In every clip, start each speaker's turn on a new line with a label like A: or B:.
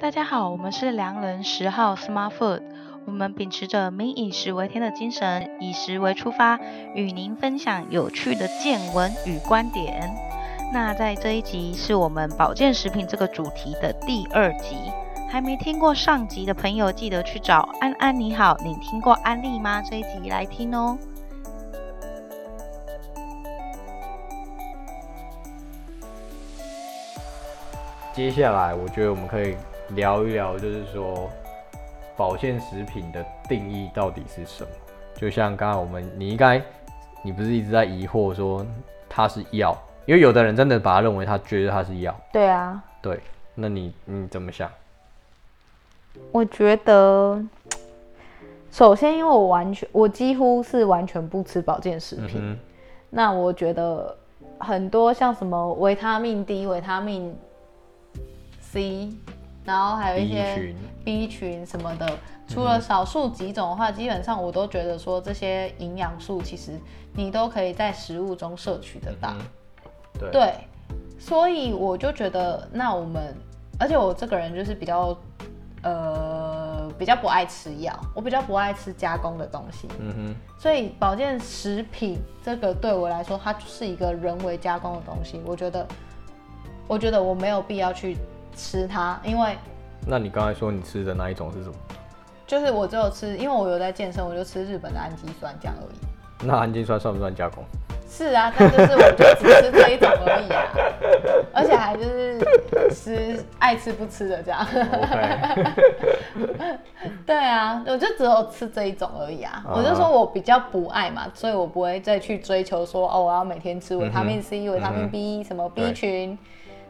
A: 大家好，我们是良人十号 Smart Food，我们秉持着“民以食为天”的精神，以食为出发，与您分享有趣的见闻与观点。那在这一集是我们保健食品这个主题的第二集，还没听过上集的朋友，记得去找安安你好，你听过安利吗？这一集来听哦。
B: 接下来，我觉得我们可以聊一聊，就是说保健食品的定义到底是什么？就像刚才我们，你应该，你不是一直在疑惑说它是药，因为有的人真的把它认为他觉得它是药，
C: 对啊，
B: 对，那你你怎么想？
C: 我觉得，首先因为我完全，我几乎是完全不吃保健食
B: 嗯
C: 品，
B: 哼，
C: 那我觉得很多像什么维他命 D、维他命 C，然后还有一
B: B
C: 些
B: 群嗯
C: B 群什么的，除了少数几种的话，基本上我都觉得说这些营养素其实你都可以在食物中摄取得到。
B: 嗯对，
C: 对，所以我就觉得，那我们，而且我这个人就是比较，呃，比较不爱吃药，我比较不爱吃加工的东西，
B: 嗯哼，
C: 所以保健食品这个对我来说，它就是一个人为加工的东西，我觉得，我觉得我没有必要去吃它，因为
B: 那你刚才说你吃的那一种是什么？
C: 就是我只有吃，因为我有在健身，我就吃日本的氨基酸这样而已。
B: 那氨基酸算不算加 工？
C: 是啊，但就是我就只吃这一种而已啊，而且还就是吃爱吃不吃的这样。
B: OK
C: 对啊，我就只有吃这一种而已啊。
B: 啊
C: 我就说我比较不爱嘛，所以我不会再去追求说哦，我要每天吃维他命 C、
B: 嗯哼
C: 维他
B: 嗯哼
C: 命 B、什么
B: 对
C: B 群，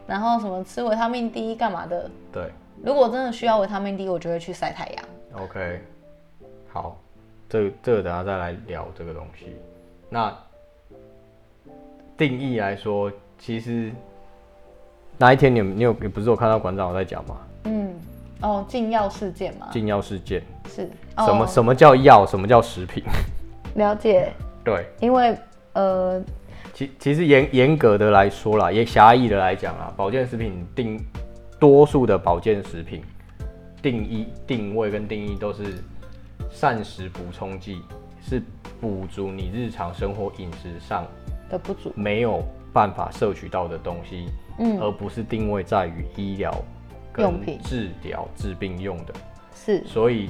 C: 然后什么吃维他命 D 干嘛的。
B: 对
C: 如果真的需要维他命 D，我就会去晒太阳。
B: ，OK，好，这个这个等下再来聊这个东西。那定义来说，其实那一天你有你有你不是有看到馆长有在讲吗？
C: 嗯，哦，禁药事件嘛，
B: 禁药事件，
C: 是
B: 什么
C: 啊哦
B: 什么叫药，什么叫食品？
C: 了解，
B: 对，
C: 因为呃，
B: 其其实严严格的来说啦，也狭义的来讲啦，保健食品定多数的保健食品定义定位跟定义都是膳食补充剂，是补足你日常生活饮食上
C: 的不足，
B: 没有办法摄取到的东西，
C: 嗯，
B: 而不是定位在于医疗
C: 用
B: 跟
C: 品
B: 治疗治病用的。
C: 是
B: 所以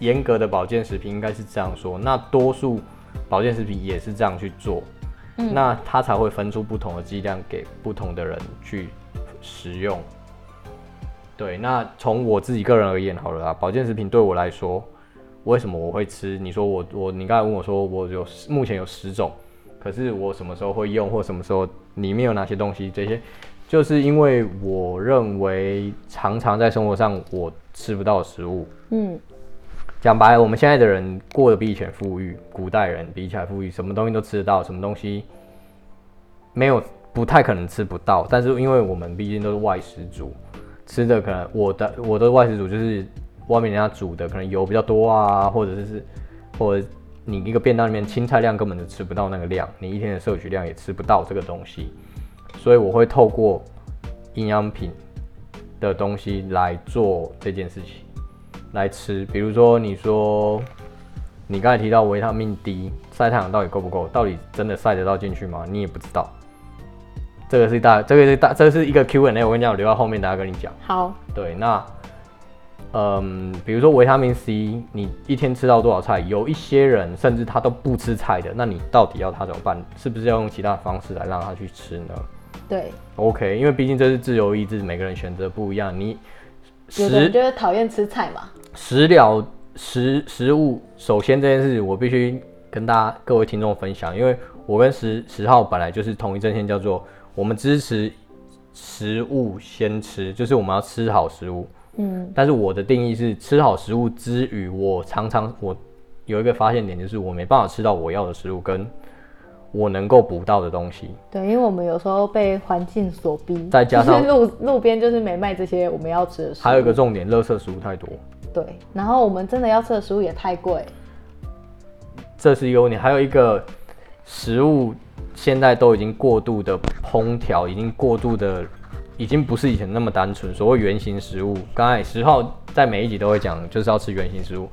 B: 严格的保健食品应该是这样说，那多数保健食品也是这样去做，那它才会分出不同的剂量给不同的人去食用。对，那从我自己个人而言好了啦，保健食品对我来说，为什么我会吃？你说我我你刚才问我说我有十目前有十种，可是我什么时候会用或什么时候里面有哪些东西这些，就是因为我认为常常在生活上我吃不到的食物。
C: 嗯，
B: 讲白了，我们现在的人过得比以前富裕，古代人比起来富裕，什么东西都吃得到，什么东西没有不太可能吃不到。但是因为我们毕竟都是外食族，吃的可能我的我的外食族就是外面人家煮的，可能油比较多啊，或者是或者你一个便当里面青菜量根本就吃不到那个量，你一天的摄取量也吃不到这个东西，所以我会透过营养品的东西来做这件事情。来吃，比如说你说你刚才提到维他命 D 晒太阳到底够不够？到底真的晒得到进去吗？你也不知道。这个是大，这个是大，这是一个 Q&A，我跟你讲，我留到后面大家跟你讲。
C: 好，
B: 对，那嗯，比如说维他命 C，你一天吃到多少菜？有一些人甚至他都不吃菜的，那你到底要他怎么办？是不是要用其他的方式来让他去吃呢？
C: 对，
B: OK，因为毕竟这是自由意志，每个人选择不一样。你
C: 有的
B: 食
C: 人就是讨厌吃菜嘛，
B: 食疗食食物，首先这件事我必须跟大家各位听众分享，因为我跟十十号本来就是同一阵线，叫做我们支持食物先吃，就是我们要吃好食物。
C: 嗯。
B: 但是我的定义是，吃好食物之余，我常常我有一个发现点，就是我没办法吃到我要的食物，跟我能够补到的东西。
C: 对，因为我们有时候被环境所逼，
B: 再加上
C: 就是 路路边就是没卖这些我们要吃的食物，
B: 还有一个重点，垃圾食物太多。
C: 对，然后我们真的要吃的食物也太贵，
B: 这是一个问题，还有一个食物现在都已经过度的烹调，已经过度的已经不是以前那么单纯。所谓原型食物，刚才十号在每一集都会讲，就是要吃原型食物。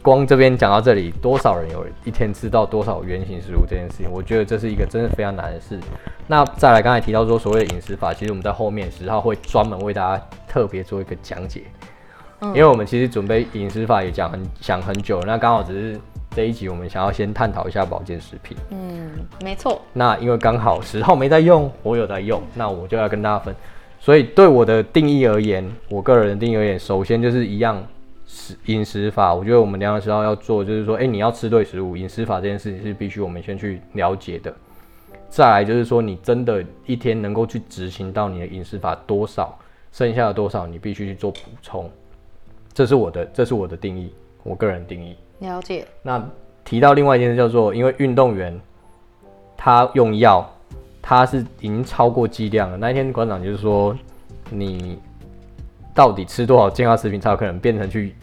B: 光这边讲到这里，多少人有一天吃到多少原型食物这件事情，我觉得这是一个真的非常难的事。那再来，刚才提到说所谓的饮食法，其实我们在后面十号会专门为大家特别做一个讲解，因为我们其实准备饮食法也讲很想很久了，那刚好只是这一集我们想要先探讨一下保健食品。
C: 嗯，没错，
B: 那因为刚好十号没在用，我有在用，那我就要跟大家分。所以对我的定义而言，我个人的定义而言，首先就是一样食饮食法。我觉得我们良药十号要做，就是说，哎、你要吃对食物，饮食法这件事情是必须我们先去了解的。再来就是说，你真的一天能够去执行到你的饮食法多少，剩下的多少你必须去做补充。这是我的，这是我的定义，我个人定义。
C: 了解。
B: 那提到另外一件事叫做，因为运动员他用药，他是已经超过剂量了。那一天馆长就是说，你到底吃多少健康食品才有可能变成去，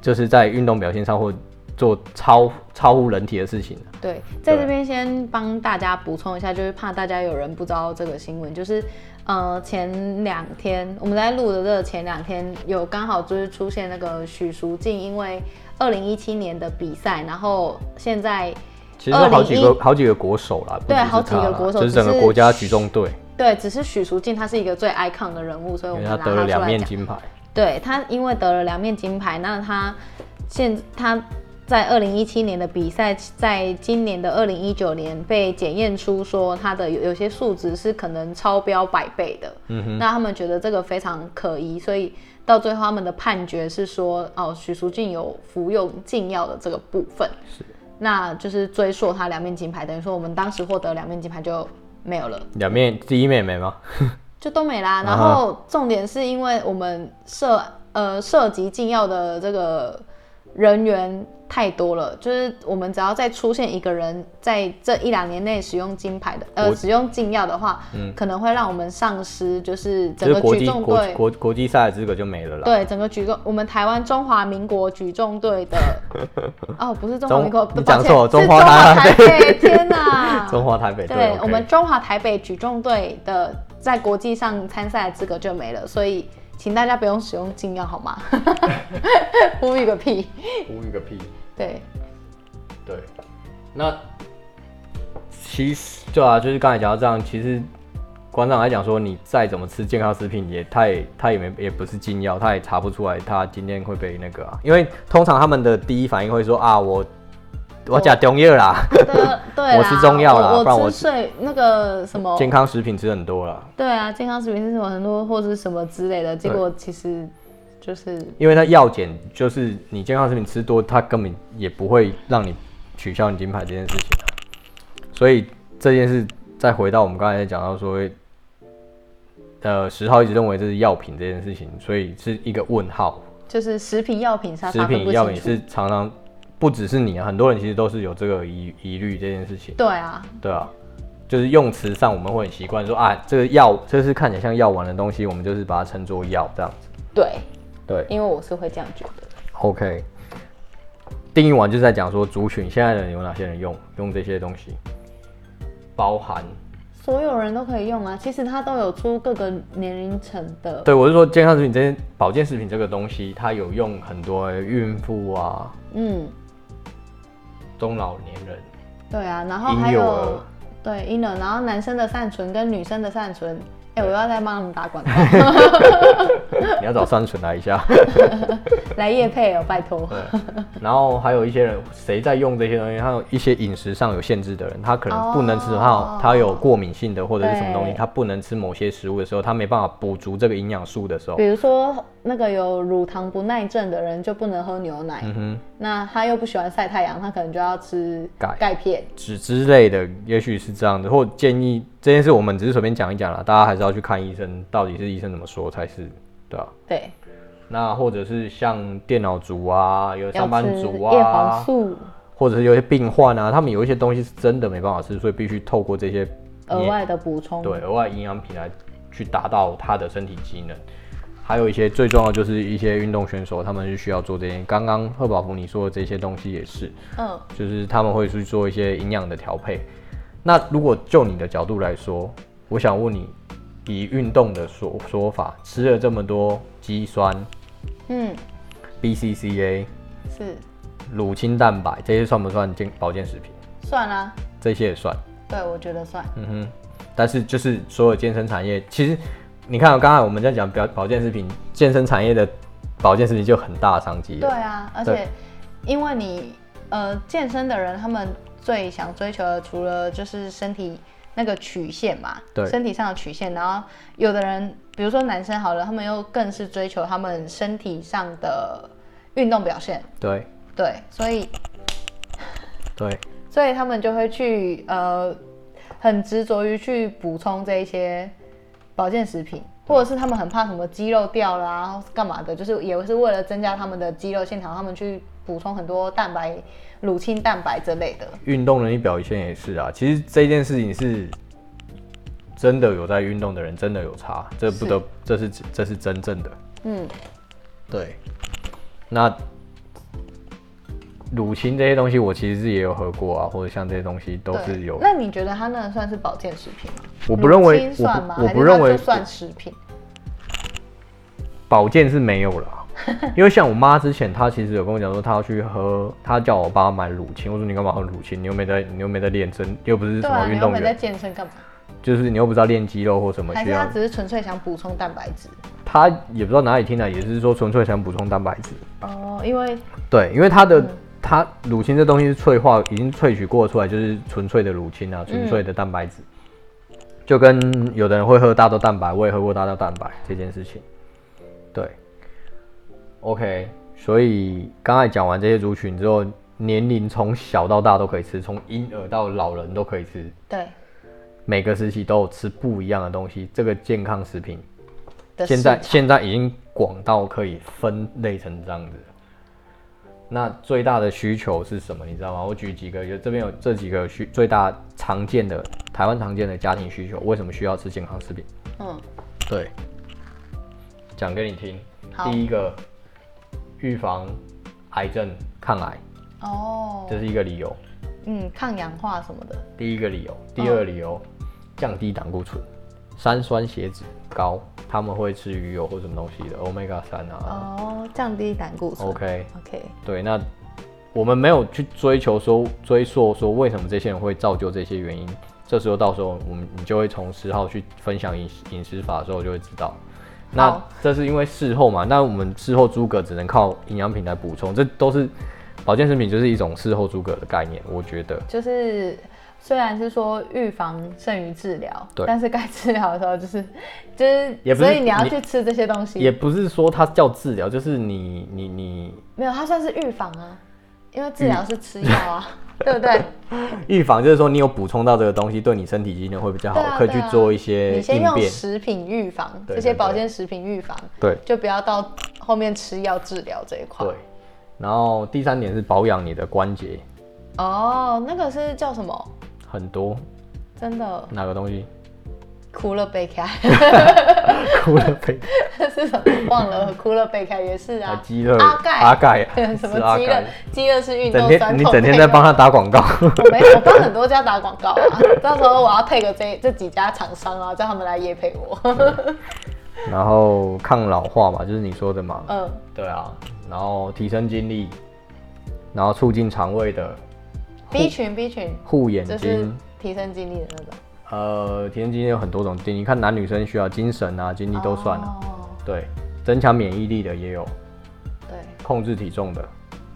B: 就是在运动表现上或做超超乎人体的事情。
C: 对，在
B: 对
C: 这边先帮大家补充一下，就是怕大家有人不知道这个新闻，就是呃前两天我们在录的这个前两天有刚好就是出现那个许淑净，因为二零一七年的比赛，然后现在
B: 其实好几个
C: 2001
B: 好几个国手啦，不
C: 对
B: 只是
C: 好几
B: 他
C: 个
B: 啦
C: 国手
B: 就是整
C: 只
B: 个
C: 是
B: 国家举重队，
C: 对，只是许淑净她是一个最 icon 的人物，所以
B: 因
C: 我
B: 为
C: 们
B: 他
C: 拿
B: 得了
C: 她出
B: 两
C: 来
B: 面
C: 讲。
B: 金牌。
C: 对他，因为得了两面金牌，那他现他在二零一七年的比赛，在今年的二零一九年被检验出说他的有有些数值是可能超标百倍的，嗯哼，那他们觉得这个非常可疑，所以到最后他们的判决是说，哦，许淑净有服用禁药的这个部分，
B: 是
C: 那就是追溯他两面金牌，等于说我们当时获得两面金牌就没有了。
B: 两面第一面没吗？
C: 就都没
B: 啊
C: 啦。
B: 哈
C: 然后重点是因为我们涉呃涉及禁药的这个人员太多了，就是我们只要再出现一个人在这一两年内使用金牌的
B: 我嗯
C: 呃使用禁药的话，可能会让我们丧失就是
B: 就
C: 整
B: 是
C: 个
B: 国
C: 举
B: 际
C: 重
B: 国
C: 队
B: 国国际赛的资格就没了啦。
C: 对整个举重我们台湾中华民国举重 队的哦不是中华
B: 中
C: 民国，
B: 你
C: 抱
B: 讲
C: 歉
B: 错
C: 是
B: 中
C: 中
B: 华
C: 华
B: 台
C: 台 北，天哪！
B: 中华台北队
C: 啊对，
B: OK
C: 我们中华台北举重队的在国际上参赛的资格就没了，所以请大家不用使用禁药好 吗？呼吁个屁！
B: 呼吁个屁。
C: 对，
B: 对，那其实对啊，就是刚才讲到这样，其实馆长来讲说，你再怎么吃健康食品也，他也他也没也不是禁药，他也查不出来他今天会被那个啊，因为通常他们的第一反应会说啊，我我假中药啦，
C: 对对啦，
B: 我吃中药啦
C: 我
B: 不然
C: 我
B: 我
C: 吃睡那个什么
B: 健康食品吃很多啦，
C: 对啊，健康食品是什么很多或是什么之类的，结
B: 嗯
C: 果其实就是
B: 因为它药检就是你健康食品吃多，它根本也不会让你取消你金牌这件事情啊。所以这件事再回到我们刚才讲到说，呃，十号一直认为这是药品这件事情，所以是一个问号。
C: 就是食品药品啥
B: 食
C: 啥分
B: 品
C: 不
B: 药品
C: 清楚。
B: 是常常不只是你啊，很多人其实都是有这个疑疑虑这件事情。
C: 对啊，
B: 对啊，就是用词上我们会很习惯说啊，这个药这是看起来像药丸的东西，我们就是把它称作药这样子。
C: 对，
B: 对，
C: 因为我是会这样觉得。
B: OK，定义完就是在讲说族群现在的人有哪些人用用这些东西，包含
C: 所有人都可以用啊，其实它都有出各个年龄层的
B: 对我是说健康食品这些保健食品这个东西，它有用很多孕妇啊、
C: 嗯，
B: 中老年人，
C: 对啊，然后
B: 婴
C: 还
B: 幼
C: 有
B: 儿
C: 对婴儿，然后男生的善存跟女生的善存，哎、我要再帮他们打广告，
B: 你要找善存来一下。
C: 来夜配哦，拜托。
B: 然后还有一些人谁在用这些东西，还有一些饮食上有限制的人，他可能不能吃，他有他有过敏性的或者是什么东西，
C: 对
B: 他不能吃某些食物的时候，他没办法补足这个营养素的时候
C: 比，如说那个有乳糖不耐症的人就不能喝牛奶，
B: 嗯哼。
C: 那他又不喜欢晒太阳，他可能就要吃
B: 钙
C: 钙片。
B: 纸之类的，也许是这样的，或建议这件事我们只是随便讲一讲啦，大家还是要去看医生，到底是医生怎么说才是对啊。
C: 对，
B: 那或者是像电脑族啊，有
C: 要
B: 上班
C: 吃
B: 族
C: 叶黄
B: 啊，
C: 素，
B: 或者是有些病患啊，他们有一些东西是真的没办法吃，所以必须透过这些
C: 额外的补充。
B: 对额外营养品来去达到他的身体机能。还有一些最重要的就是一些运动选手，他们是需要做这些。刚刚贺宝福你说的这些东西也是，
C: 嗯，
B: 就是他们会去做一些营养的调配。那如果就你的角度来说，我想问你，以运动的说说法，吃了这么多肌酸、
C: 嗯，
B: BCCA、
C: 是
B: 乳清蛋白这些算不算健保健食品？
C: 算啦、
B: 这些也算。
C: 对我觉得算，
B: 嗯哼，但是就是所有健身产业，其实你看、哦，刚才我们在讲保保健食品，健身产业的保健食品就很大的商机
C: 对
B: 了。
C: 啊，而
B: 对
C: 且因为你呃健身的人，他们最想追求的除了就是身体那个曲线嘛，
B: 对
C: 身体上的曲线，然后有的人，比如说男生好了，他们又更是追求他们身体上的运动表现，
B: 对
C: 对，所以
B: 对
C: 所以他们就会去呃很执着于去补充这一些保健食品。或者是他们很怕什么肌肉掉啦、或是干嘛的，就是也是为了增加他们的肌肉线条，他们去补充很多蛋白、乳清蛋白之类的。
B: 运动能力表现也是啊。其实这件事情是真的有在运动的人真的有差，这不得这是这是真正的。
C: 嗯，
B: 对，那乳清这些东西，我其实自己也有喝过啊，或者像这些东西都
C: 对
B: 是有。
C: 那你觉得它那算是保健食品吗？
B: 我不认为
C: 乳，清
B: 我
C: 算吗？
B: 不我
C: 还是
B: 不认
C: 它
B: 为
C: 就算食品。
B: 保健是没有 了，因为像我妈之前，她其实有跟我讲说，她要去喝，她叫我帮她买乳清。我说你干嘛喝乳清？你又没在，你又没在练真，又不是什
C: 对
B: 么
C: 啊，
B: 运
C: 你又
B: 动
C: 没
B: 员，
C: 在健身干嘛？
B: 就是你又不知道练肌肉或什么
C: 还
B: 需
C: 是
B: 要
C: 他。只是纯粹想补充蛋白质？
B: 她也不知道哪里听来，也是说纯粹想补充蛋白质。嗯
C: 哦，因为
B: 对，因为它的、它乳清这东西是脆化，已经萃取过出来，就是纯粹的乳清啊，纯粹的蛋白质。就跟有的人会喝大豆蛋白，我也喝过大豆蛋白这件事情。对，OK，所以刚才讲完这些族群之后，年龄从小到大都可以吃，从婴儿到老人都可以吃，
C: 对
B: 每个时期都有吃不一样的东西。这个健康食品
C: 的
B: 现
C: 市
B: 在
C: 场
B: 现在已经广到可以分类成这样子了。那最大的需求是什么？你知道吗？我举几个，有这边有这几个需最大常见的台湾常见的家庭需求，为什么需要吃健康食品？
C: 嗯，
B: 对，讲给你听。
C: 好
B: 第一个，预防癌症、抗癌，
C: 哦，
B: 这是一个理由。
C: 嗯，抗氧化什么的，
B: 第一个理
C: 哦
B: 由，第二个理由，降低胆固醇，三酸血脂高，他们会吃鱼油或什么东西的，omega 三啊。
C: 哦，降低胆固醇。
B: OK，
C: OK，
B: 对，那我们没有去追求说追溯说为什么这些人会造就这些原因，这时候到时候我们你就会从十号去分享饮食饮食法的时候就会知道。那
C: 好
B: 这是因为事后嘛，那我们事后诸葛只能靠营养品来补充，这都是保健食品就是一种事后诸葛的概念，我觉得。
C: 就是虽然是说预防胜于治疗，
B: 对
C: 但是该治疗的时候就是就是，
B: 也不是
C: 所以你要
B: 你
C: 去吃这些东
B: 也
C: 西，
B: 不是说它叫治疗，就是你你你
C: 没有，它算是预防啊，因为治疗是吃药啊，
B: 嗯
C: 对不对？
B: 呃预防，就是说你有补充到这个东西，对你身体机能会比较好，
C: 对啊
B: 可以去
C: 对啊
B: 做一些
C: 你先
B: 应
C: 用
B: 变。
C: 食品预防
B: 对
C: 这些
B: 对
C: 保
B: 对
C: 健食品预防，
B: 对，
C: 就不要到后面吃药治疗这一块
B: 对。，然后第三点是保养你的关节，
C: 哦，那个是叫什么？
B: 很多
C: 真的
B: 哪个东 西
C: 哭了被开
B: 哭了被
C: 啊 是什么？忘了，哭了被开也是
B: 啊
C: 啊，
B: 肌肉
C: 阿盖
B: 阿盖啊
C: 什
B: 是阿
C: 么肌肉
B: 盖，
C: 肌肉是运
B: 整
C: 动
B: 天
C: 酸
B: 你
C: 痛
B: 整天
C: 被
B: 在
C: 开
B: 帮他打广告，
C: 我 没，我帮很多家打广告啊。到时候我要配个这这几家厂商啊，叫他们来夜配我。
B: 然后抗老化嘛，就是你说的嘛，
C: 嗯，
B: 对啊，然后提升精力，然后促进肠胃的
C: B 群 B 群
B: 护眼
C: 就是
B: 睛，
C: 提升精力的那种。
B: 呃，提升精力有很多种精力，看男女生需要精神啊、精力都算啊，
C: 哦，
B: 对，增强免疫力的也有，
C: 对，
B: 控制体重的，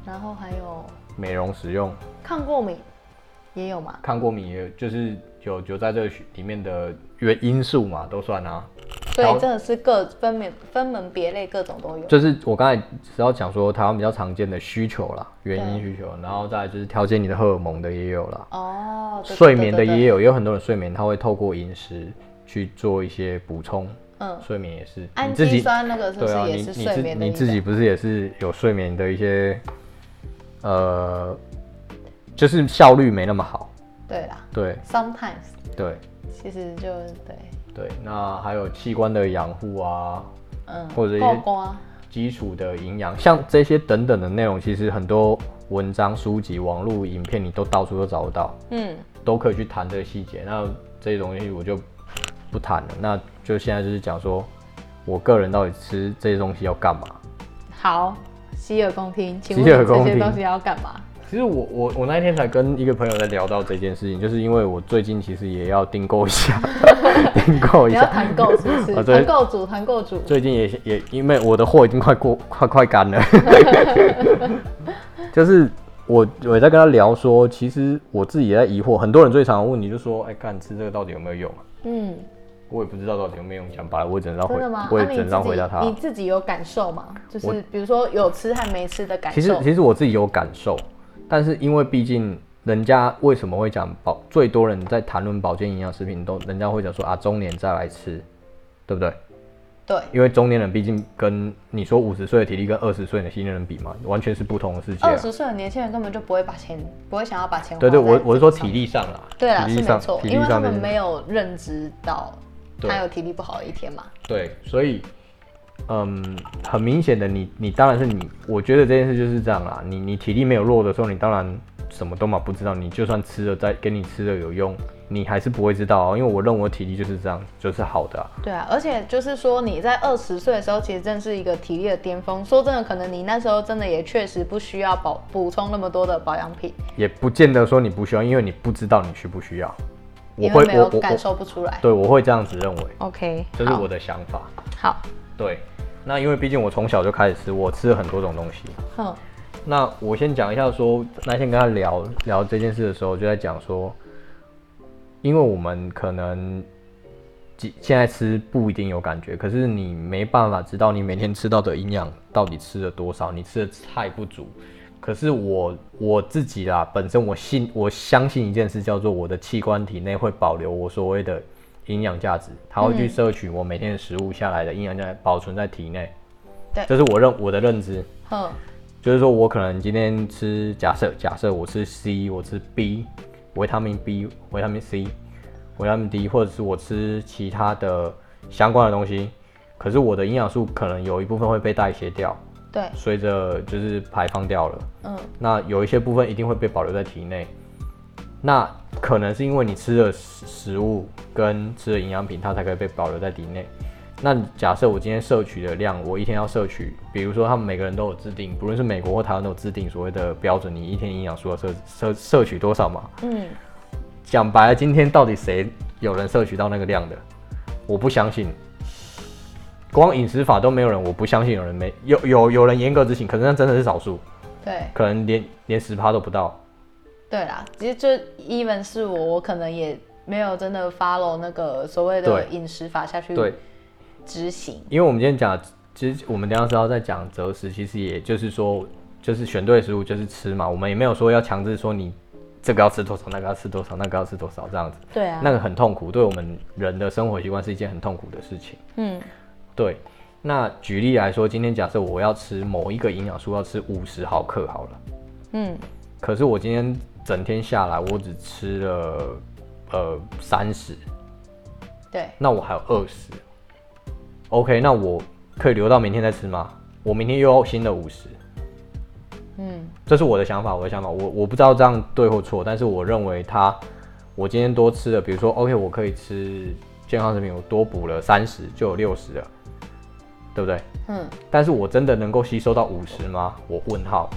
C: 然后还有
B: 美容使用。
C: 抗过敏也有嘛？
B: 看过敏也有就是有有在这个里面的原因素嘛，都算啊。
C: 所
B: 然后
C: 以真的是各分门分门别类，各种都有。
B: 就是我刚才只要讲说台湾比较常见的需求啦，原因
C: 对
B: 需求，然后再来就是调节你的荷尔蒙的也有啦，
C: 哦，对
B: 睡眠的也。
C: 对对对对
B: 有，也有很多人睡眠他会透过饮食去做一些补充，
C: 嗯，
B: 睡眠也是
C: 氨
B: 你自
C: 基
B: 己
C: 酸那个是不
B: 对
C: 是
B: 啊，
C: 也
B: 你
C: 是
B: 你
C: 睡
B: 自
C: 眠的
B: 你
C: 一
B: 自己
C: 种？
B: 不是也是有睡眠的一些呃，就是效率没那么好，
C: 对啦
B: 对
C: ，sometimes
B: 对
C: 其实就对，
B: 对，那还有器官的养护啊，
C: 嗯，
B: 或者一些
C: 够光
B: 基础的营养，像这些等等的内容，其实很多文章、书籍、网络影片，你都到处都找得到，
C: 嗯，
B: 都可以去谈这个细节。那这些东西我就不谈了，那就现在就是讲说，我个人到底吃这些东西要干嘛？
C: 好，洗耳恭听，请问
B: 洗耳
C: 你
B: 恭
C: 这
B: 听
C: 些东西要干嘛？
B: 其实我我我那一天才跟一个朋友在聊到这件事情，就是因为我最近其实也要订购一下， 订购一
C: 你要
B: 下。
C: 团购是 不是？
B: 啊对
C: 团购组，团购组。
B: 最近也也因为我的货已经快过快快干 了，就是我我也在跟他聊说，其实我自己也在疑惑，很多人最常问你就说，哎、看吃这个到底有没有用啊？
C: 嗯，
B: 我也不知道到底有没有用，讲白了，我也只能让回
C: 真的吗？，
B: 我也
C: 啊你
B: 只能让
C: 自
B: 回
C: 己
B: 答他。
C: 你自己有感受吗？就
B: 我
C: 是比如说有吃和没吃的感
B: 其实
C: 受。
B: 其实我自己有感受，但是因为毕竟人家为什么会讲保，最多人在谈论保健营养食品都，人家会讲说啊中年再来吃，对不对？
C: 对，
B: 因为中年人毕竟跟你说五十岁的体力跟二十岁的新人比嘛，完全是不同的世界、
C: 二
B: 啊。
C: 十岁的年轻人根本就不会把钱，不会想要把钱花
B: 对对，
C: 在
B: 我
C: 这
B: 我是说
C: 个上
B: 体力上啦，
C: 对啦，
B: 体
C: 是
B: 力
C: 没
B: 上，
C: 错，
B: 体力
C: 因为他
B: 上
C: 们
B: 面
C: 没有认知到
B: 对
C: 他有体力不好的一天嘛。
B: 对，所以，嗯，很明显的你，你当然是你，我觉得这件事就是这样啦。你你体力没有弱的时候，你当然什么都嘛不知道。你就算吃了再给你吃了有用，你还是不会知道、啊，因为我认为我体力就是这样，就是好的、啊。
C: 对啊，而且就是说你在二十岁的时候，其实正是一个体力的巅峰。说真的，可能你那时候真的也确实不需要保补充那么多的保养品，
B: 也不见得说你不需要，因为你不知道你需不需要。我
C: 因
B: 会
C: 为没
B: 我
C: 有
B: 我
C: 感
B: 我，
C: 受不出来。
B: 对，我会这样子认为，
C: OK，
B: 这是我的想法。
C: 好，
B: 对，那因为毕竟我从小就开始吃，我吃了很多种东西。
C: 哼，
B: 那我先讲一下说，那天跟他聊聊这件事的时候，就在讲说，因为我们可能即现在吃不一定有感觉，可是你没办法知道你每天吃到的营养到底吃了多少，你吃的菜不足。可是我我自己啦，本身我信我相信一件事，叫做我的器官体内会保留我所谓的营养价值，它会去摄取我每天的食物下来的营养价值，保存在体内。
C: 对
B: 这是我认我的认知。
C: 哼，
B: 就是说我可能今天吃，假设假设我吃 C，我吃 B，维他命 B，维他命 C，维他命 D，或者是我吃其他的相关的东西，可是我的营养素可能有一部分会被代谢掉，
C: 对，
B: 随着就是排放掉了。
C: 嗯，
B: 那有一些部分一定会被保留在体内。那可能是因为你吃的食食物跟吃的营养品，它才可以被保留在体内。那假设我今天摄取的量，我一天要摄取，比如说他们每个人都有制定，不论是美国或台湾都有制定所谓的标准，你一天营养素要摄摄摄取多少嘛？
C: 嗯，
B: 讲白了，今天到底谁有人摄取到那个量的？我不相信。光饮食法都没有人，我不相信有人没有有有人严格执行，可是那真的是少数，
C: 对。
B: 可能连连十趴都不到。
C: 对啦，其实就 even 是我，我可能也没有真的 follow 那个所谓的
B: 对
C: 饮食法下去
B: 对，
C: 执行。
B: 因为我们今天讲，其实我们等一下是要在讲择食，其实也就是说，就是选对食物就是吃嘛，我们也没有说要强制说你这个要吃多少，那个要吃多少，那个要吃多少这样子，
C: 对啊，
B: 那个很痛苦，对我们人的生活习惯是一件很痛苦的事情。
C: 嗯，
B: 对，那举例来说，今天假设我要吃某一个营养素，要吃五十毫克好了，
C: 嗯，
B: 可是我今天整天下来，我只吃了呃三十
C: 对，
B: 那我还有二十，OK，那我可以留到明天再吃吗？我明天又要新的五十，
C: 嗯，
B: 这是我的想法，我的想法，我我不知道这样对或错，但是我认为它，我今天多吃了，比如说 OK，我可以吃健康食品，我多补了三十，就有六十了，对不对？
C: 嗯，
B: 但是我真的能够吸收到五十吗？我问号，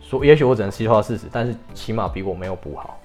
B: 说也许我只能吸收到四十，但是起码比我没有补好。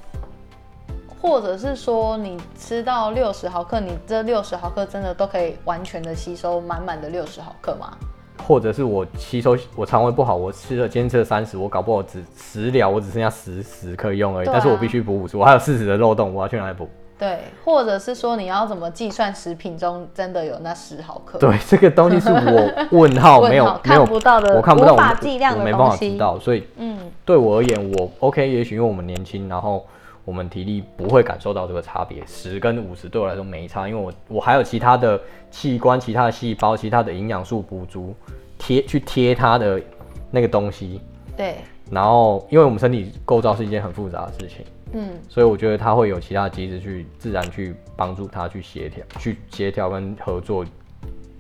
C: 或者是说你吃到六十毫克，你这六十毫克真的都可以完全的吸收满满的六十毫克吗？
B: 或者是我吸收我肠胃不好，我吃了今天吃了三十，我搞不好只食疗我只剩下十十可以用而已，
C: 对啊
B: 但是我必须补五十，我还有四十的漏洞，我要去哪里补？
C: 对，或者是说你要怎么计算食品中真的有那十毫克？
B: 对，这个东西是我问号
C: 问号
B: 没有没有
C: 看不到的
B: 我看不到，
C: 无法
B: 我
C: 计量的
B: 我没办法
C: 东西
B: 知道，所以
C: 嗯，
B: 对我而言，我 OK，也许因为我们年轻，然后我们体力不会感受到这个差别，十跟五十对我来说没差，因为我我还有其他的器官、其他的细胞、其他的营养素补足，贴去贴它的那个东西，
C: 对，
B: 然后，因为我们身体构造是一件很复杂的事情，
C: 嗯，
B: 所以我觉得它会有其他的机制去自然去帮助它去协调、去协调跟合作，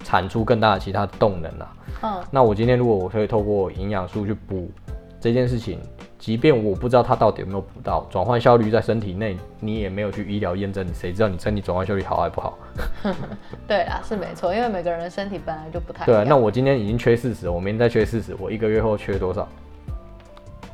B: 产出更大的其他的动能啊。
C: 嗯，
B: 那我今天如果我可以透过营养素去补这件事情，即便我不知道它到底有没有补到，转换效率在身体内，你也没有去医疗验证，谁知道你身体转换效率好还不好？
C: 对啦，是没错，因为每个人身体本来就不太
B: 对啊，
C: 一
B: 那
C: 样
B: 我今天已经缺四十，我明天再缺四十，我一个月后缺多少？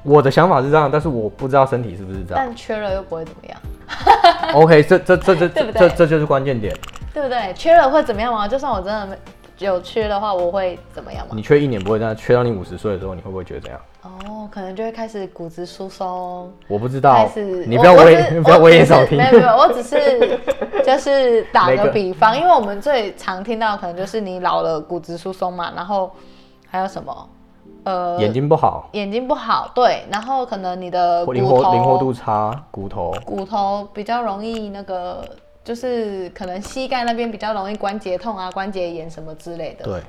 B: 我的想法是这样，但是我不知道身体是不是这样。
C: 但缺了又不会怎么样，
B: OK，这这这这
C: 对不
B: 这
C: 对
B: 这这就是关键点。
C: 对不对？缺了会怎么样吗？就算我真的没有缺的话，我会怎么样吗
B: 你？缺一年不会这样，缺到你五十岁的时候，你会不会觉得怎样？
C: 哦，可能就会开始骨质疏松，
B: 我不知
C: 开
B: 道
C: 始，
B: 你
C: 我
B: 不要
C: 我
B: 危
C: 只 是
B: 不要
C: 我
B: 危言
C: 只是
B: 耸听
C: 没。有没有，我只 是就是打
B: 每
C: 个
B: 个
C: 比方，因为我们最常听到可能就是你老了骨质疏松嘛，然后还有什么呃
B: 眼睛不好，
C: 眼睛不好，对，然后可能你的骨
B: 灵活
C: 头
B: 灵活度差，骨头
C: 骨头比较容易那个，就是可能膝盖那边比较容易关节痛啊、关节炎什么之类的。
B: 对。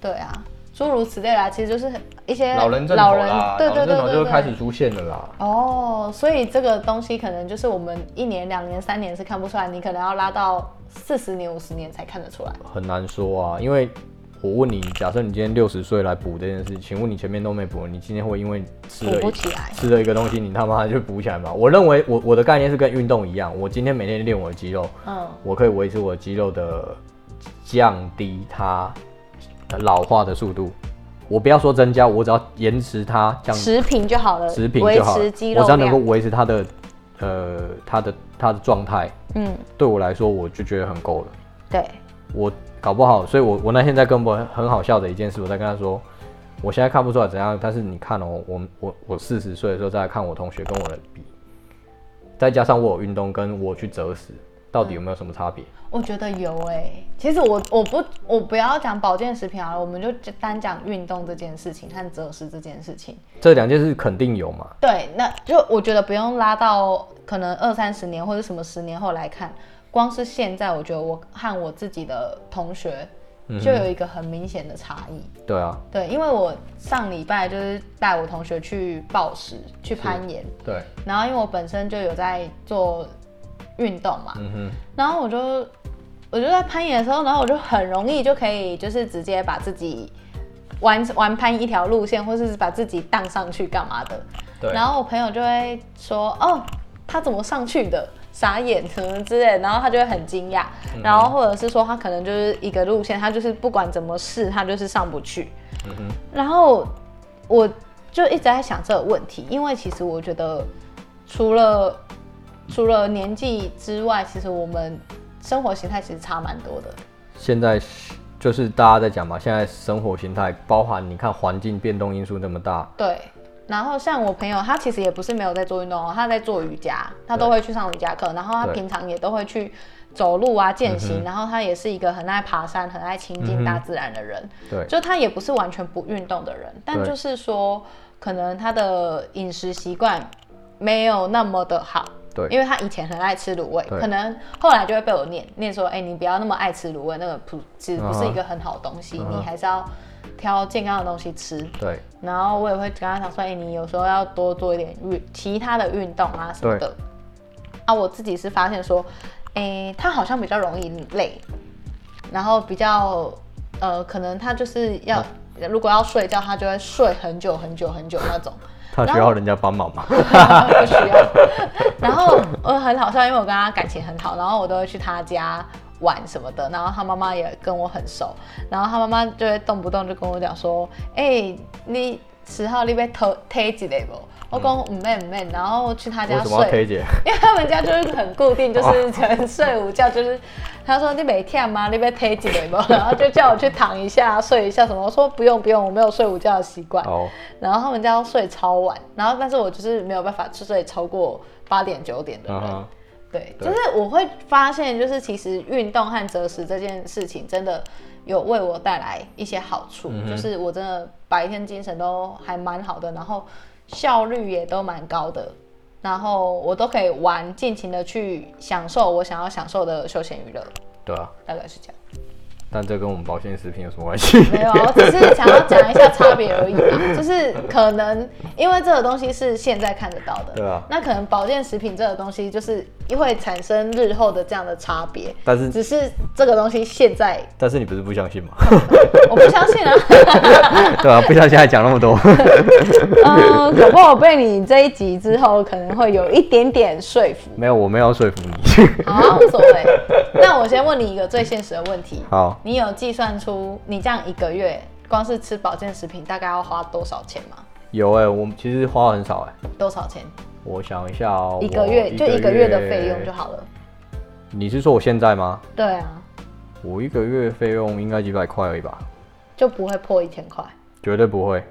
C: 对啊，诸如此类啦，其实就是一些
B: 老人症
C: 老
B: 头
C: 人
B: 啦，
C: 对
B: 老
C: 对
B: 人
C: 对
B: 症头
C: 对
B: 就
C: 对
B: 会开始出现了啦。
C: 哦，所以这个东西可能就是我们一年、两年、三年是看不出来，你可能要拉到四十年、五十年才看得出来。
B: 很难说啊，因为我问你，假设你今天六十岁来补这件事，请问你前面都没补，你今天会因为吃了
C: 补
B: 一
C: 不起来
B: 吃了一个东西，你他妈就补起来吗？我认为我我的概念是跟运动一样，我今天每天练我的肌肉，
C: 嗯，
B: 我可以维持我的肌肉的降低它呃老化的速度。我不要说增加，我只要延迟它降
C: 持平就好了，
B: 持平就好了
C: 维持肌，
B: 我
C: 肉
B: 只要能够
C: 量。
B: 维持它的呃它的它的状态，
C: 嗯，
B: 对我来说我就觉得很够了。
C: 对，
B: 我搞不好，所以我我那天在跟我很好笑的一件事，我在跟他说，我现在看不出来怎样，但是你看哦，我我我四十岁的时候再来看我同学跟我的比，再加上我有运动跟我去择食，到底有没有什么差别？
C: 我觉得有哎、其实我我不我不要讲保健食品好了，我们就单讲运动这件事情和择食这件事情。
B: 这两件事肯定有嘛？
C: 对，那就我觉得不用拉到可能二三十年或者什么十年后来看，光是现在，我觉得我和我自己的同学就有一个很明显的差异。
B: 嗯对啊，
C: 对，因为我上礼拜就是带我同学去暴食、去攀岩，
B: 对，
C: 然后因为我本身就有在做运动嘛，
B: 嗯哼，
C: 然后我就我就在攀岩的时候，然后我就很容易就可以就是直接把自己玩玩攀一条路线，或是把自己荡上去干嘛的。
B: 对
C: 然后我朋友就会说：“哦，他怎么上去的？傻眼什么之类的。”然后他就会很惊讶，然后或者是说他可能就是一个路线，他就是不管怎么试，他就是上不去。然后我就一直在想这个问题，因为其实我觉得除了除了年纪之外，其实我们生活形态其实差蛮多的。
B: 现在是就是大家在讲嘛，现在生活形态包含你看环境变动因素那么大，
C: 对，然后像我朋友，他其实也不是没有在做运动哦，他在做瑜伽，他都会去上瑜伽课，然后他
B: 对嗯
C: 平常也都会去走路啊、健行，然后他也是一个很爱爬山、很爱亲近大自然的人，
B: 对，
C: 就他也不是完全不运动的人，但
B: 对
C: 就是说，可能他的饮食习惯没有那么的好。
B: 对
C: 因为他以前很爱吃卤味，
B: 对
C: 可能后来就会被我念念说，哎、你不要那么爱吃卤味，那个不其实
B: 啊
C: 不是一个很好的东西
B: 嗯哼
C: 你还是要挑健康的东西吃。
B: 对，
C: 然后我也会跟他讲说，哎、你有时候要多做一点运其他的运动啊什么的。啊，我自己是发现说，哎、他好像比较容易累，然后比较呃，可能他就是要、如果要睡觉，他就会睡很久很久很久那种。
B: 他需要人家帮忙嘛？
C: 不需要。 然后我很好笑，因为我跟他感情很好，然后我都会去他家玩什么的，然后他妈妈也跟我很熟，然后他妈妈就会动不动就跟我讲说：“哎、你十号你被偷推几类不？”我讲唔免唔免，然后去他
B: 为
C: 家
B: 什么要
C: 睡
B: 推，荐？
C: 因为他们家就是很固定，就是可能睡午觉就是，他说你每天吗？你被推几类不？然后就叫我去躺一下睡一下什么，我说不用不用，我没有睡午觉的习惯。
B: 哦，
C: 然后他们家要睡超晚，然后但是我就是没有办法去睡超过八点九点的
B: 嗯
C: 人。
B: 哼，
C: 对，
B: 对
C: 就是我会发现，就是其实运动和择食这件事情真的有为我带来一些好处，
B: 嗯哼
C: 就是我真的白天精神都还蛮好的，然后效率也都蛮高的，然后我都可以玩，尽情的去享受我想要享受的休闲娱乐，
B: 对啊。
C: 大概是这样。
B: 但这跟我们保健食品有什么关 系？
C: 没有，我只是想要讲一下差别而已啦。就是可能因为这个东西是现在看得到的，
B: 对啊
C: 那可能保健食品这个东西就是会产生日后的这样的差别，
B: 但是
C: 只是这个东西现在
B: 但是你不是不相信吗？
C: 我不相信 啊，
B: 对啊，不相信还讲那么 多。
C: 嗯，搞不好被你这一集之后可能会有一点点说服。
B: 没有，我没有要说服你。
C: 好啊，无所谓。那我先问你一个最现实的问题，
B: 好，
C: 你有计算出你这样一个月光是吃保健食品大概要花多少钱吗？
B: 有哎、我其实花很少哎、
C: 多少钱？
B: 我想一下哦、
C: 一
B: 我
C: 个月就一个月的费用就。好了。
B: 你是说我现在吗？
C: 对啊，
B: 我一个月费用应该几百块而已吧，
C: 就不会破一千块，
B: 绝对不会，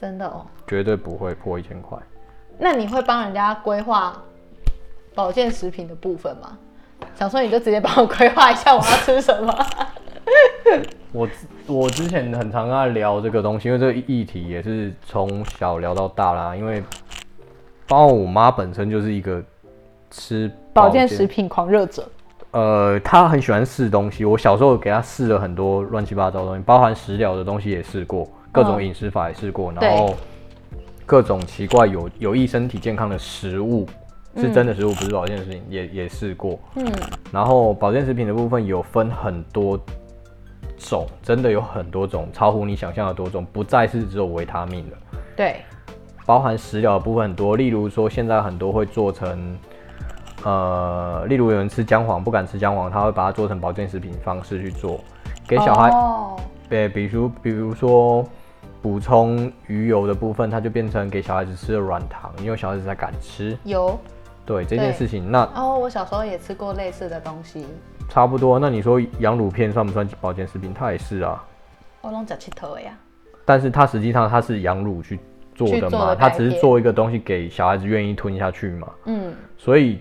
C: 真的哦。
B: 绝对不会破一千块。
C: 那你会帮人家规划保健食品的部分吗？想说你就直接帮我规划一下我要吃什 么。
B: 我我之前很常跟他聊这个东西，因为这个议题也是从小聊到大啦。因为包括我妈本身就是一个吃
C: 品狂热者，
B: 呃，他很喜欢试东西。我小时候给他试了很多乱七八糟的东西，包含食疗的东西也试过，各种
C: 嗯
B: 饮食法也试过，
C: 对
B: 然后各种奇怪有有益身体健康的食物，是真的食物，不是保健食品，也也试过。
C: 嗯，
B: 然后保健食品的部分有分很多种，真的有很多种，超乎你想象的多种，不再是只有维他命了。
C: 对，
B: 包含食疗的部分很多，例如说现在很多会做成，呃，例如有人吃姜黄不敢吃姜黄，他会把它做成保健食品方式去做，给小孩，
C: 哦，
B: 对，比如比如说补充鱼油的部分，它就变成给小孩子吃的软糖，因为小孩子才敢吃，
C: 有
B: 对这件
C: 对
B: 事情，那
C: 哦，我小时候也吃过类似的东西，
B: 差不多，那你说羊乳片算不算保健食品？它也是啊，
C: 我弄假气头呀。
B: 但是它实际上它是羊乳去做
C: 去
B: 的
C: 做的
B: 嘛，它
C: 改
B: 只是
C: 变
B: 做一个东西给小孩子愿意吞下去嘛，
C: 嗯，
B: 所以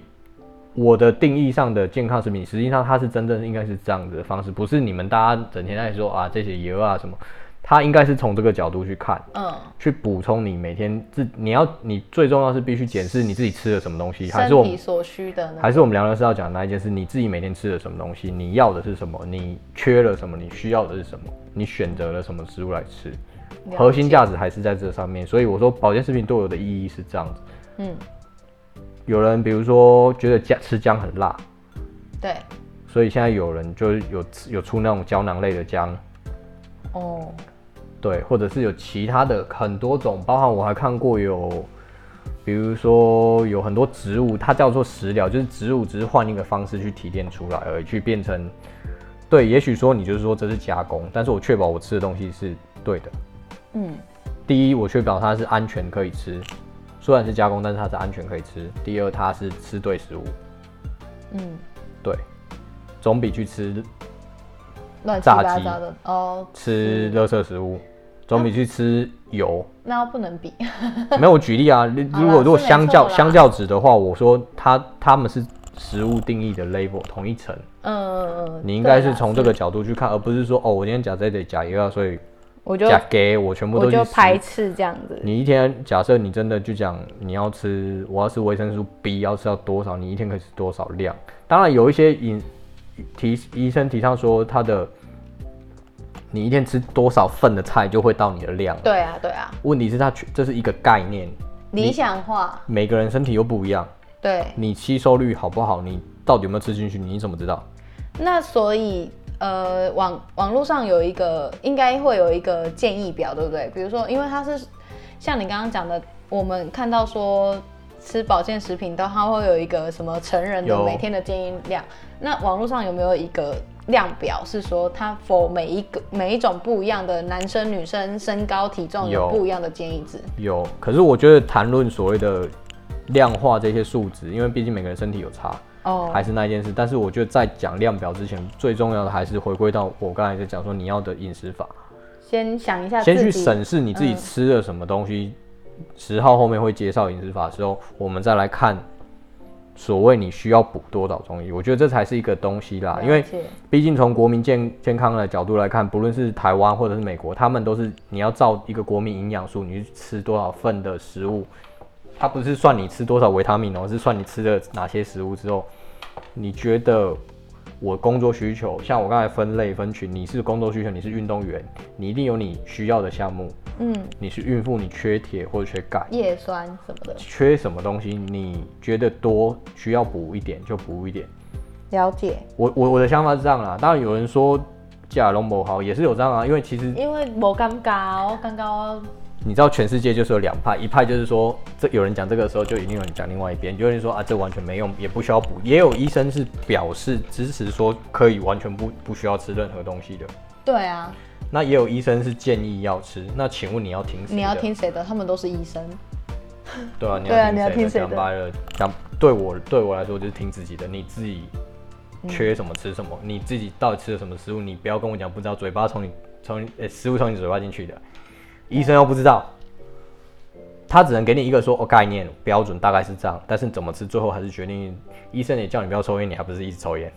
B: 我的定义上的健康食品，实际上它是真正应该是这样子的方式，不是你们大家整天在说啊这些油啊什么，它应该是从这个角度去看，
C: 嗯，
B: 去补充你每天自你要你最重要是必须检视你自己吃了什么东西，还
C: 身
B: 是我
C: 体
B: 们
C: 所需的呢？
B: 还是我们聊聊是要讲的那一件事，你自己每天吃了什么东西，你要的是什么，你缺了什么，你需要的是什么，你选择了什么食物来吃，
C: 了
B: 核心
C: 解
B: 价值还是在这上面，所以我说保健食品对我的意义是这样子。
C: 嗯，
B: 有人比如说觉得姜吃姜很辣，
C: 对，
B: 所以现在有人就是有有出那种胶囊类的姜，
C: 哦，
B: 对，或者是有其他的很多种，包含我还看过有，比如说有很多植物，它叫做食疗，就是植物只是换一个方式去提炼出来而已，去变成，对，也许说你就是说这是加工，但是我确保我吃的东西是对的。
C: 嗯，
B: 第一，我确保它是安全可以吃，虽然是加工，但是它是安全可以吃。第二，它是吃对食物，
C: 嗯，
B: 对，总比去吃
C: 乱七
B: 炸
C: 八
B: 鸡
C: 糟的哦，
B: 吃垃圾食物，总比去吃油。
C: 那不能比，
B: 没有，我举例啊，你
C: 嗯好啦
B: 如果如果
C: 是没
B: 相
C: 错
B: 较
C: 啦
B: 相较值的话，我说它他们是食物定义的 label 同一层，
C: 嗯，
B: 你应该是
C: 对啦
B: 从这个角度去看，而不是说哦，我今天假这得假一个，所以
C: 我就
B: 假给我全部
C: 我
B: 都
C: 就
B: 去
C: 排
B: 吃。
C: 斥这样子，
B: 你一天假设你真的就讲你要吃，我要吃维生素 B 要吃到多少，你一天可以吃多少量？当然有一些饮提医生提倡说他的，你一天吃多少份的菜就会到你的量了。
C: 对啊，对啊，
B: 问题是它全这是一个概念，
C: 理想化，
B: 每个人身体又不一样，
C: 对，
B: 你吸收率好不好，你到底有没有吃进去，你怎么知道？
C: 那所以。呃，网网络上有一个，应该会有一个建议表，对不对？比如说，因为它是像你刚刚讲的，我们看到说吃保健食品的话，它会有一个什么成人的
B: 有
C: 每天的建议量。那网络上有没有一个量表是说它否每一个每一种不一样的男生女生身高体重有
B: 有
C: 不一样的建议值？
B: 有，可是我觉得谈论所谓的量化这些数值，因为毕竟每个人身体有差，
C: 哦
B: 还是那一件事。但是我觉得在讲量表之前，最重要的还是回归到我刚才在讲说你要的饮食法，
C: 先想一下自
B: 先
C: 己，
B: 去审视你自己吃了什么东西。十号后面会介绍饮食法的时候，我们再来看所谓你需要补多少东西。我觉得这才是一个东西啦，因为
C: 了解
B: 毕竟从国民健健康的角度来看，不论是台湾或者是美国，他们都是你要照一个国民营养素，你去吃多少份的食物，它不是算你吃多少维他命哦，是算你吃了哪些食物之后，你觉得我工作需求，像我刚才分类分群，你是工作需求，你是运动员，你一定有你需要的项目。
C: 嗯，
B: 你是孕妇，你缺铁或者缺钙，
C: 叶酸什么的，
B: 缺什么东西，你觉得多需要补一点就补一点。
C: 了解。
B: 我我我的想法是这样啦，当然有人说甲龙某好也是有这样啊，因为其实
C: 因为我尴尬，我尴尬我
B: 你知道全世界就是有两派，一派就是说这有人讲这个时候就一定有人讲另外一边，有人说啊这完全没用，也不需要补，也有医生是表示支持说可以完全不不需要吃任何东西的，
C: 对啊，
B: 那也有医生是建议要吃，那请问你要听谁的？
C: 你要听谁的？他们都是医 生。
B: 对啊，你
C: 对啊
B: 要
C: 你要
B: 听
C: 听
B: 谁
C: 谁
B: 的？
C: 的
B: 讲白了，讲对我对我来说就是听自己的，你自己缺什么吃什么，你自己到底吃了什么食物，你不要跟我讲不知道，嘴巴从你从呃、食物从你嘴巴进去的，医生又不知道，他只能给你一个说哦概念标准大概是这样，但是怎么吃最后还是决定，医生也叫你不要抽烟，你还不是一直抽 烟，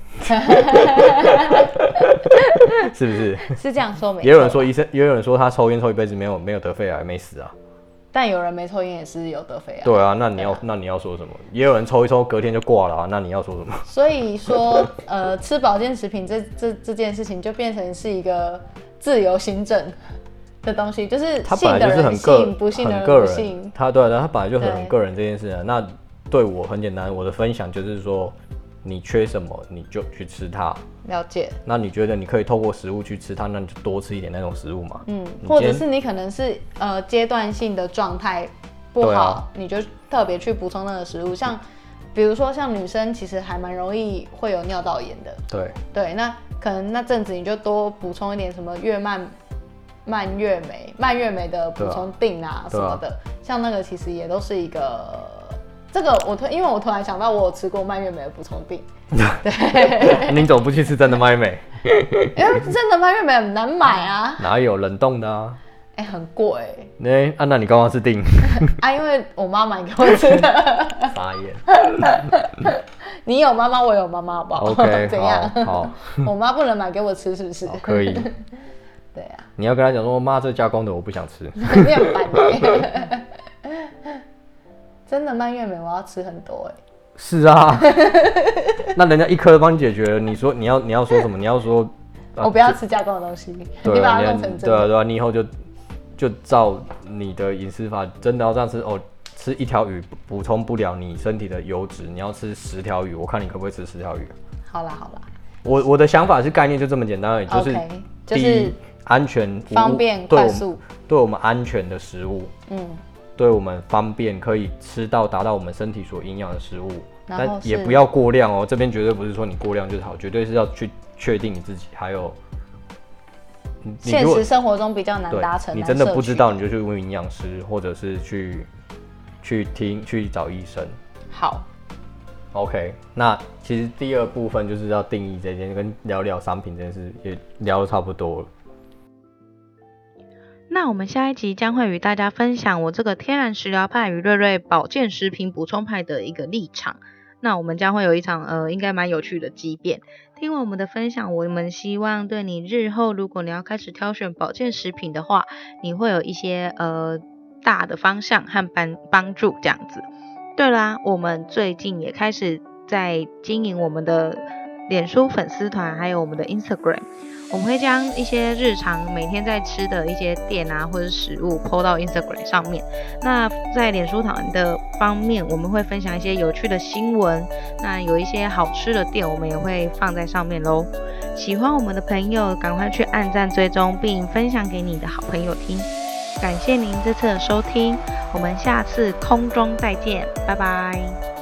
B: 是不是？
C: 是这样说没？
B: 也有人，说医生，也有人说他抽烟抽一辈子没有没有得肺癌没死啊，
C: 但有人没抽烟也是有得肺癌。
B: 对啊，那你要、那你要说什么？也有人抽一抽，隔天就挂了、啊，那你要说什么？
C: 所以说，呃，吃保健食品这这这件事情就变成是一个自由行政的东西，就是
B: 他
C: 信
B: 本
C: 的
B: 来就是
C: 人
B: 很个
C: 信，不信的
B: 很个
C: 人不
B: 人
C: 信，。
B: 他对、啊，他本来就很
C: 对
B: 个人这件事啊。那对我很简单，我的分享就是说，你缺什么你就去吃它。
C: 了解，
B: 那你觉得你可以透过食物去吃它，那你就多吃一点那种食物嘛。
C: 嗯，
B: 你
C: 或者
B: 今天
C: 是你可能是呃阶段性的状态不
B: 对啊嗯
C: 好，你就特别去补充那个食物，像比如说像女生其实还蛮容易会有尿道炎的，
B: 对
C: 对，那可能那阵子你就多补充一点什么月蔓、蔓越莓、蔓越莓的补充锭啊什
B: 对啊
C: 么的，像那个其实也都是一个。这个我突因为我突然想到，我有吃过蔓越莓的补充锭，
B: 你怎么不去吃真的麦美？
C: 因为哎真的蔓越莓很难买啊，
B: 哪有冷冻的啊？
C: 哎、很贵、
B: 那、啊，那你刚刚是 定
C: 啊，因为我妈买给我吃的。
B: 傻眼。
C: 你有妈妈，我有妈妈，好不好
B: OK，
C: 怎样？
B: 好好
C: 我妈不能买给我吃，是不是？
B: 好，可 以。
C: 对啊，
B: 你要跟他讲说，妈，这加工的我不想吃。
C: 你很烦耶真的蔓越莓我要吃很多哎、
B: 是啊， 那人家一颗帮你解决了，你说你要你要说什么？你要说，啊
C: 我不要吃加工的东西，
B: 对
C: 你把
B: 啊，
C: 它
B: 你要
C: 弄成真
B: 对啊
C: 的。
B: 对啊，你以后就就照你的饮食法，真的要这样吃哦。吃一条鱼补充不了你身体的油脂，你要吃十条鱼，我看你可不可以吃十条鱼。
C: 好啦好啦
B: 我我的想法是概念就这么简单而已，就是
C: ，OK，就
B: 第一
C: 是
B: 安全无
C: 方便
B: 对我
C: 快
B: 们
C: 速，
B: 对我们安全的食物，
C: 嗯，
B: 对我们方便，可以吃到达到我们身体所营养的食物，
C: 然后
B: 但也
C: 是
B: 不要过量哦。这边绝对不是说你过量就是好，绝对是要去确定你自己，还有你你
C: 现
B: 如果
C: 实生活中比较难
B: 对
C: 达成，
B: 你
C: 难
B: 真的
C: 摄
B: 不知
C: 取
B: 道，你就去问营养师，或者是去去听去找医生。
C: 好，
B: OK，那其实第二部分就是要定义这件，跟聊聊商品这件事也聊的差不多了。
A: 那我们下一集将会与大家分享我这个天然食疗派与瑞瑞保健食品补充派的一个立场。那我们将会有一场呃，应该蛮有趣的激辩。听完我们的分享，我们希望对你日后如果你要开始挑选保健食品的话，你会有一些呃大的方向和帮帮助这样子。对啦，我们最近也开始在经营我们的脸书粉丝团，还有我们的 Instagram。我们会将一些日常每天在吃的一些店啊或者食物 PO 到 Instagram 上面。那在脸书团的方面，我们会分享一些有趣的新闻，那有一些好吃的店，我们也会放在上面喽。喜欢我们的朋友，赶快去按赞、追踪，并分享给你的好朋友听。感谢您这次的收听，我们下次空中再见，拜拜。